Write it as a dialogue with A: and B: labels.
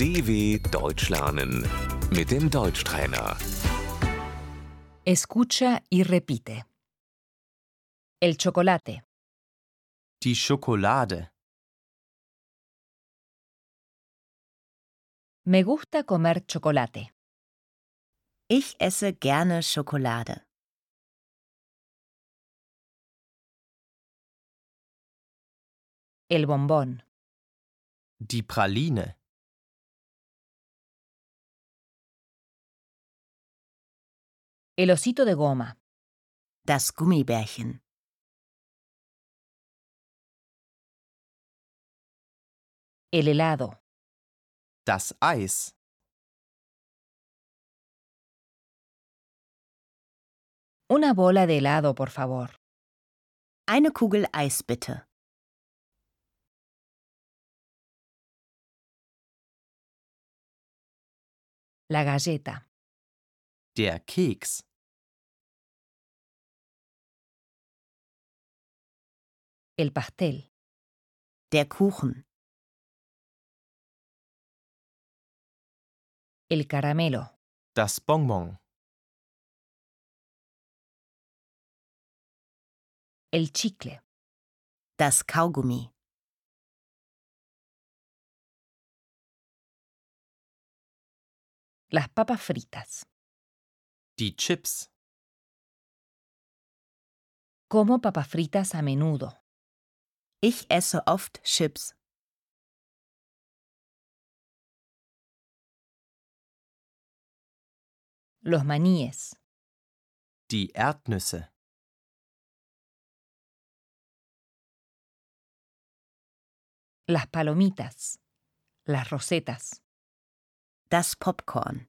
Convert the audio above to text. A: DW Deutsch lernen mit dem Deutschtrainer.
B: Escucha y repite. El chocolate,
C: Die Schokolade.
B: me gusta comer chocolate,
D: Ich esse gerne Schokolade.
B: el bombón,
C: Die Praline.
B: el osito de goma,
D: Das Gummibärchen.
B: el helado,
C: Das Eis.
B: una bola de helado, por favor,
D: Eine Kugel Eis bitte.
B: la galleta,
C: Der Keks.
B: el pastel,
D: Der Kuchen.
B: el caramelo,
C: Das Bonbon.
B: el chicle,
D: Das Kaugummi.
B: las papas fritas.
C: Die Chips.
B: Como papas fritas a menudo,
D: Ich esse oft Chips.
B: los maníes,
C: Die Erdnüsse.
B: las palomitas, las rosetas,
D: Das Popcorn.